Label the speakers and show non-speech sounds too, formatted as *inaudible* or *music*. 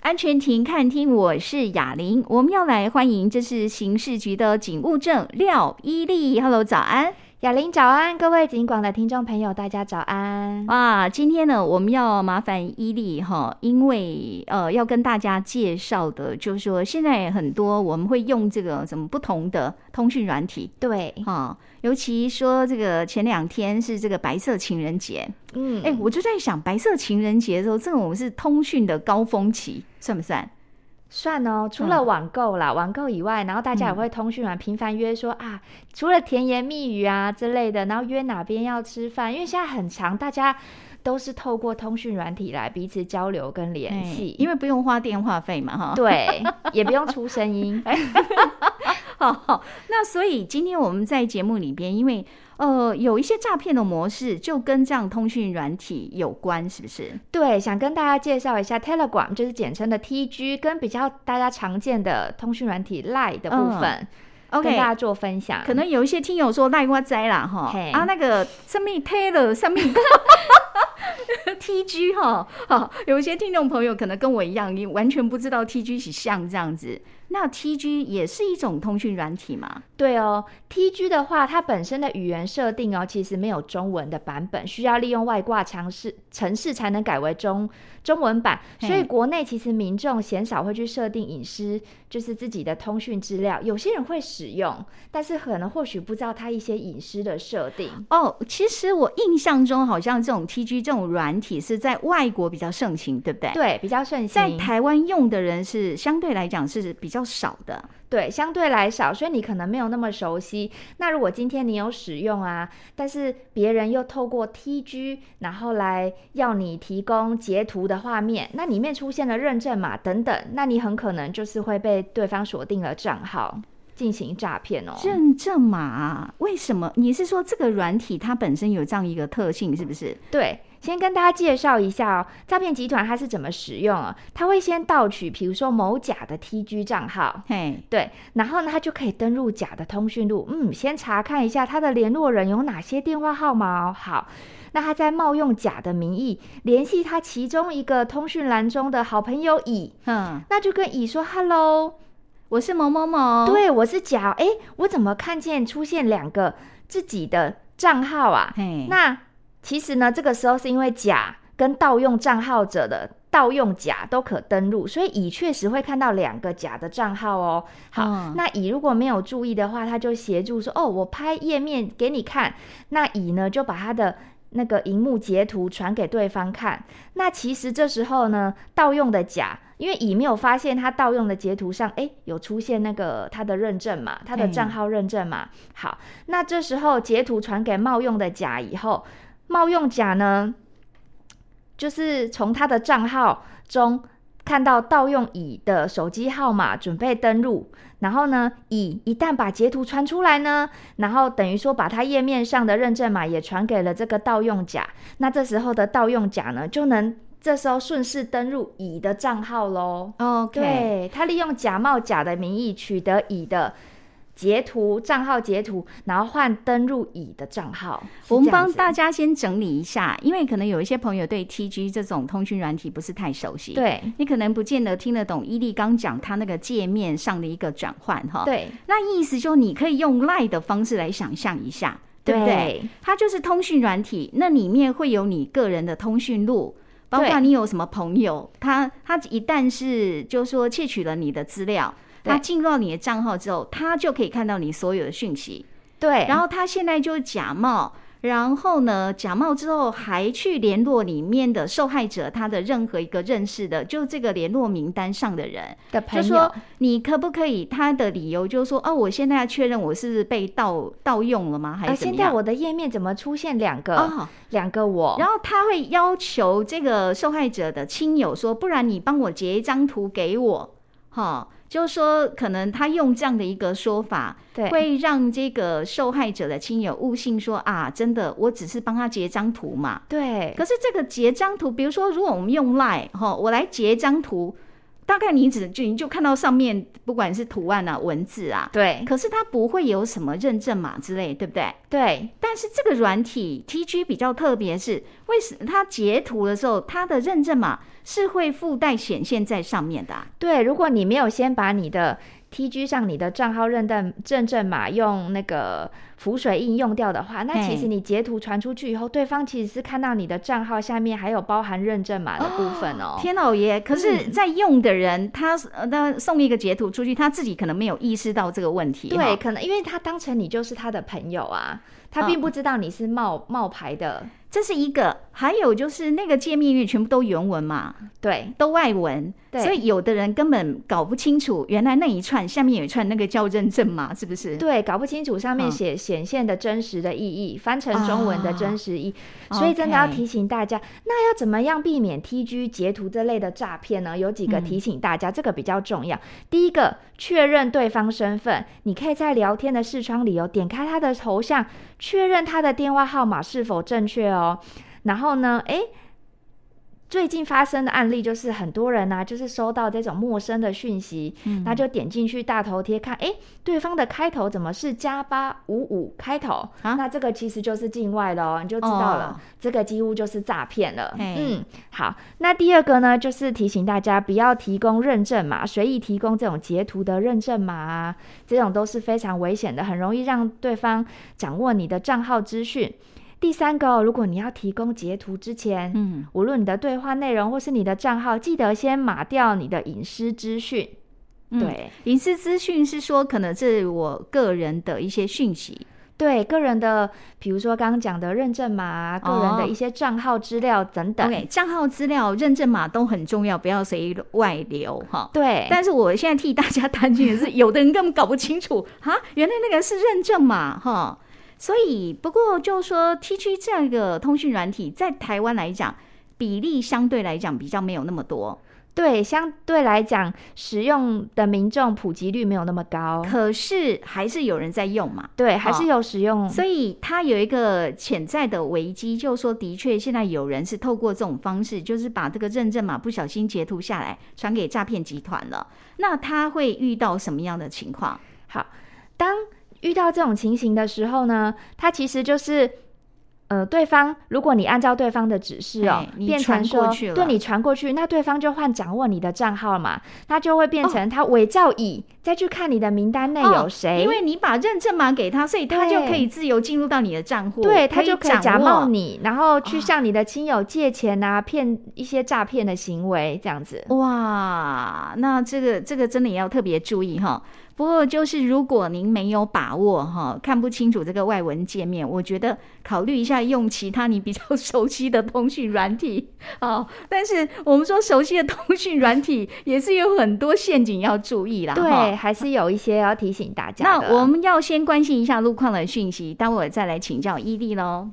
Speaker 1: 安全庭看厅，我是雅玲，我们要来欢迎这是刑事局的警务证廖伊丽，Hello，早安。
Speaker 2: 雅玲早安，各位警广的听众朋友，大家早安。
Speaker 1: 哇，今天呢，我们要麻烦伊利哈，因为呃，要跟大家介绍的，就是说现在很多我们会用这个什么不同的通讯软体
Speaker 2: 对，
Speaker 1: 哈、尤其说这个前两天是这个白色情人节，
Speaker 2: 嗯，
Speaker 1: 哎、我就在想，白色情人节的时候，这种是通讯的高峰期，算不算？
Speaker 2: 算哦，除
Speaker 1: 嗯
Speaker 2: 了网购啦，网购以外，然后大家也会通讯软频繁约说、啊，除了甜言蜜语啊之类的，然后约哪边要吃饭，因为现在很长，大家都是透过通讯软体来彼此交流跟联
Speaker 1: 哎
Speaker 2: 系，
Speaker 1: 因为不用花电话费嘛，哈。
Speaker 2: 对，也不用出
Speaker 1: *laughs*
Speaker 2: 声音，
Speaker 1: 好， *laughs* 那所以今天我们在节目里边，因为呃有一些诈骗的模式就跟这样通讯软体有关，是不是？
Speaker 2: 对，想跟大家介绍一下 Telegram，就是简称的 TG，跟比较大家常见的通讯软体 Line 的部
Speaker 1: 嗯
Speaker 2: 分，跟
Speaker 1: OK，
Speaker 2: 大家做分享。
Speaker 1: 可能有一些听友说赖瓜哉啦哈
Speaker 2: 嘿
Speaker 1: 啊那个上面 Taylor *laughs* 上面 TG 哈，好，有一些听众朋友可能跟我一样，你完全不知道 TG 是像这样子。那 TG 也是一种通讯软体嘛？
Speaker 2: 对哦，TG 的话，它本身的语言设定哦，其实没有中文的版本，需要利用外挂强势城市才能改为中中文版。
Speaker 1: 嘿
Speaker 2: 所以国内其实民众鲜少会去设定隐私，就是自己的通讯资料。有些人会使用，但是可能或许不知道它一些隐私的设定。
Speaker 1: 哦，其实我印象中好像这种 TG 这种软体是在外国比较盛行，对不对？
Speaker 2: 对，比较顺
Speaker 1: 哎在
Speaker 2: 心。
Speaker 1: 台湾用的人是相对来讲是比较少的。
Speaker 2: 对，相对来少，所以你可能没有那么熟悉。那如果今天你有使用啊，但是别人又透过 TG 然后来要你提供截图的画面，那里面出现了认证码等等，那你很可能就是会被对方锁定了账号进行诈骗哦。
Speaker 1: 认证码为什么？你是说这个软体它本身有这样一个特性，是不是？
Speaker 2: 对，先跟大家介绍一下哦，诈骗集团它是怎么使用啊？它会先盗取，比如说某甲的 TG 账号，
Speaker 1: 嘿，
Speaker 2: 对，然后呢，他就可以登录假的通讯录。嗯，先查看一下他的联络人有哪些电话号码哦。好，那他再冒用假的名义联系他其中一个通讯栏中的好朋友乙，
Speaker 1: 嗯，
Speaker 2: 那就跟乙说：“Hello，、
Speaker 1: 我是某某某，，
Speaker 2: 对我是甲。哎，我怎么看见出现两个自己的账号啊？
Speaker 1: 嘿，
Speaker 2: 那其实呢，这个时候是因为甲跟盗用账号者的盗用甲都可登录，所以乙确实会看到两个甲的账号哦。好，
Speaker 1: 嗯
Speaker 2: 那乙如果没有注意的话，他就协助说：“哦，我拍页面给你看。”那乙呢就把他的。那个荧幕截图传给对方看，那其实这时候呢，盗用的甲，因为乙没有发现他盗用的截图上，哎，有出现那个他的认证码，他的
Speaker 1: 嘿
Speaker 2: 账号认证码。好，那这时候截图传给冒用的甲以后，冒用甲呢，就是从他的账号中看到盗用乙的手机号码，准备登录。然后呢，乙一旦把截图传出来呢，然后等于说把他页面上的认证码也传给了这个盗用甲。那这时候的盗用甲呢，就能这时候顺势登入乙的账号喽。
Speaker 1: OK，
Speaker 2: 对他利用假冒假的名义取得乙的截图账号截图，然后换登入乙的账号。是
Speaker 1: 我们
Speaker 2: 这样
Speaker 1: 帮
Speaker 2: 子
Speaker 1: 大家先整理一下，因为可能有一些朋友对 TG 这种通讯软体不是太熟悉，，
Speaker 2: 对
Speaker 1: 你可能不见得听得懂伊利刚讲他那个界面上的一个转换哈。
Speaker 2: 对
Speaker 1: 那意思就是你可以用 Line 的方式来想象一下，对不对？它就是通讯软体，那里面会有你个人的通讯录，包括
Speaker 2: 对
Speaker 1: 你有什么朋友，他他一旦是就说窃取了你的资料，
Speaker 2: 对
Speaker 1: 他进入到你的账号之后，他就可以看到你所有的讯息。
Speaker 2: 对，
Speaker 1: 然后他现在就假冒，然后呢，假冒之后还去联络里面的受害者，他的任何一个认识的，就这个联络名单上的人，
Speaker 2: 的
Speaker 1: 就
Speaker 2: 朋
Speaker 1: 说
Speaker 2: 友
Speaker 1: 你可不可以？他的理由就是说，哦，我现在要确认我是不是被盗盗用了吗？还
Speaker 2: 呃，
Speaker 1: 是怎
Speaker 2: 现
Speaker 1: 么
Speaker 2: 在
Speaker 1: 样？
Speaker 2: 我的页面怎么出现两个、
Speaker 1: 哦，
Speaker 2: 两个我？
Speaker 1: 然后他会要求这个受害者的亲友说，不然你帮我截一张图给我，哈、就是说可能他用这样的一个说法，
Speaker 2: 对
Speaker 1: 会让这个受害者的亲友误信说啊，真的我只是帮他截张图嘛。
Speaker 2: 对
Speaker 1: 可是这个截张图，比如说如果我们用 Line 哈、我来截张图，大概你只就你就看到上面不管是图案啊、文字啊，
Speaker 2: 对
Speaker 1: 可是它不会有什么认证码之类，对不对？
Speaker 2: 对
Speaker 1: 但是这个软体 TG 比较特别，是为什它截图的时候，它的认证码是会附带显现在上面的啊、
Speaker 2: 对，如果你没有先把你的 TG 上你的账号认证认证码用那个浮水印用掉的话，那其
Speaker 1: 嘿
Speaker 2: 实你截图传出去以后，对方其实是看到你的账号下面还有包含认证码的部分哦。
Speaker 1: 天老爷，可是，在用的人，他呃，他送一个截图出去，他自己可能没有意识到这个问题。
Speaker 2: 对，
Speaker 1: 哈，
Speaker 2: 可能因为他当成你就是他的朋友啊，
Speaker 1: 嗯
Speaker 2: 他并不知道你是冒、冒牌的。
Speaker 1: 这是一个。还有就是那个界面，因为全部都原文嘛，
Speaker 2: 对，
Speaker 1: 都外文，
Speaker 2: 对
Speaker 1: 所以有的人根本搞不清楚，原来那一串下面有一串那个叫认证码，是不是？
Speaker 2: 对，搞不清楚上面
Speaker 1: 嗯
Speaker 2: 写显现的真实的意义，翻成中文的真实意义，
Speaker 1: 啊
Speaker 2: 所以真的要
Speaker 1: OK
Speaker 2: 提醒大家，那要怎么样避免 TG 截图这类的诈骗呢？有几个
Speaker 1: 嗯
Speaker 2: 提醒大家，这个比较重要。第一个，确认对方身份，你可以在聊天的视窗里哦，点开他的头像，确认他的电话号码是否正确哦。然后呢，诶。最近发生的案例就是很多人啊，就是收到这种陌生的讯息，
Speaker 1: 嗯
Speaker 2: 那就点进去大头贴看，诶，对方的开头怎么是加八五五开头？
Speaker 1: 啊
Speaker 2: 那这个其实就是境外的哦，你就知道了，
Speaker 1: 哦
Speaker 2: 这个几乎就是诈骗了。
Speaker 1: 嘿
Speaker 2: 嗯，好，那第二个呢，就是提醒大家不要提供认证码，随意提供这种截图的认证码啊，这种都是非常危险的，很容易让对方掌握你的账号资讯。第三个哦，如果你要提供截图之前，
Speaker 1: 嗯，
Speaker 2: 无论你的对话内容或是你的账号，记得先码掉你的隐私资讯。
Speaker 1: 嗯
Speaker 2: 对
Speaker 1: 隐私资讯是说，可能是我个人的一些讯息。
Speaker 2: 对，个人的，比如说刚刚讲的认证码啊、个人
Speaker 1: 哦
Speaker 2: 的一些账号资料等等。
Speaker 1: OK，账号资料、认证码都很重要，不要随外流哈。
Speaker 2: 对，
Speaker 1: 但是我现在替大家担心的是，有的人根本搞不清楚 *laughs* 啊，原来那个是认证码哈。所以，不过就说 TG 这个通讯软体在台湾来讲，比例相对来讲比较没有那么多。
Speaker 2: 对，相对来讲，使用的民众普及率没有那么高。
Speaker 1: 可是还是有人在用嘛，
Speaker 2: 对，还是
Speaker 1: 哦
Speaker 2: 有使用。
Speaker 1: 所以它有一个潜在的危机，就是说，的确现在有人是透过这种方式，就是把这个认证码不小心截图下来，传给诈骗集团了。那他会遇到什么样的情况？
Speaker 2: 好，当遇到这种情形的时候呢，它其实就是。呃，对方，如果你按照对方的指示哦
Speaker 1: 哎，你
Speaker 2: 变
Speaker 1: 传
Speaker 2: 成
Speaker 1: 过
Speaker 2: 说
Speaker 1: 去了
Speaker 2: 对你传过去，那对方就换掌握你的账号嘛，那就会变成他伪造乙，再去看你的名单内
Speaker 1: 哦
Speaker 2: 有谁，
Speaker 1: 因为你把认证码给他，所以他就
Speaker 2: 对
Speaker 1: 可以自由进入到你的账户，
Speaker 2: 对他就可以
Speaker 1: 掌
Speaker 2: 假冒
Speaker 1: 握。
Speaker 2: 你，然后去向你的亲友借钱啊，骗一些诈骗的行为这样子。
Speaker 1: 哇，那这个这个真的也要特别注意哈。不过就是如果您没有把握哈，看不清楚这个外文界面，我觉得考虑一下用其他你比较 *laughs* 熟悉的通讯软体哦。但是我们说熟悉的通讯软体也是有很多陷阱要注意啦。哈
Speaker 2: 对，还是有一些要提醒大家的。
Speaker 1: 那我们要先关心一下路况的讯息，待会儿再来请教伊利喽。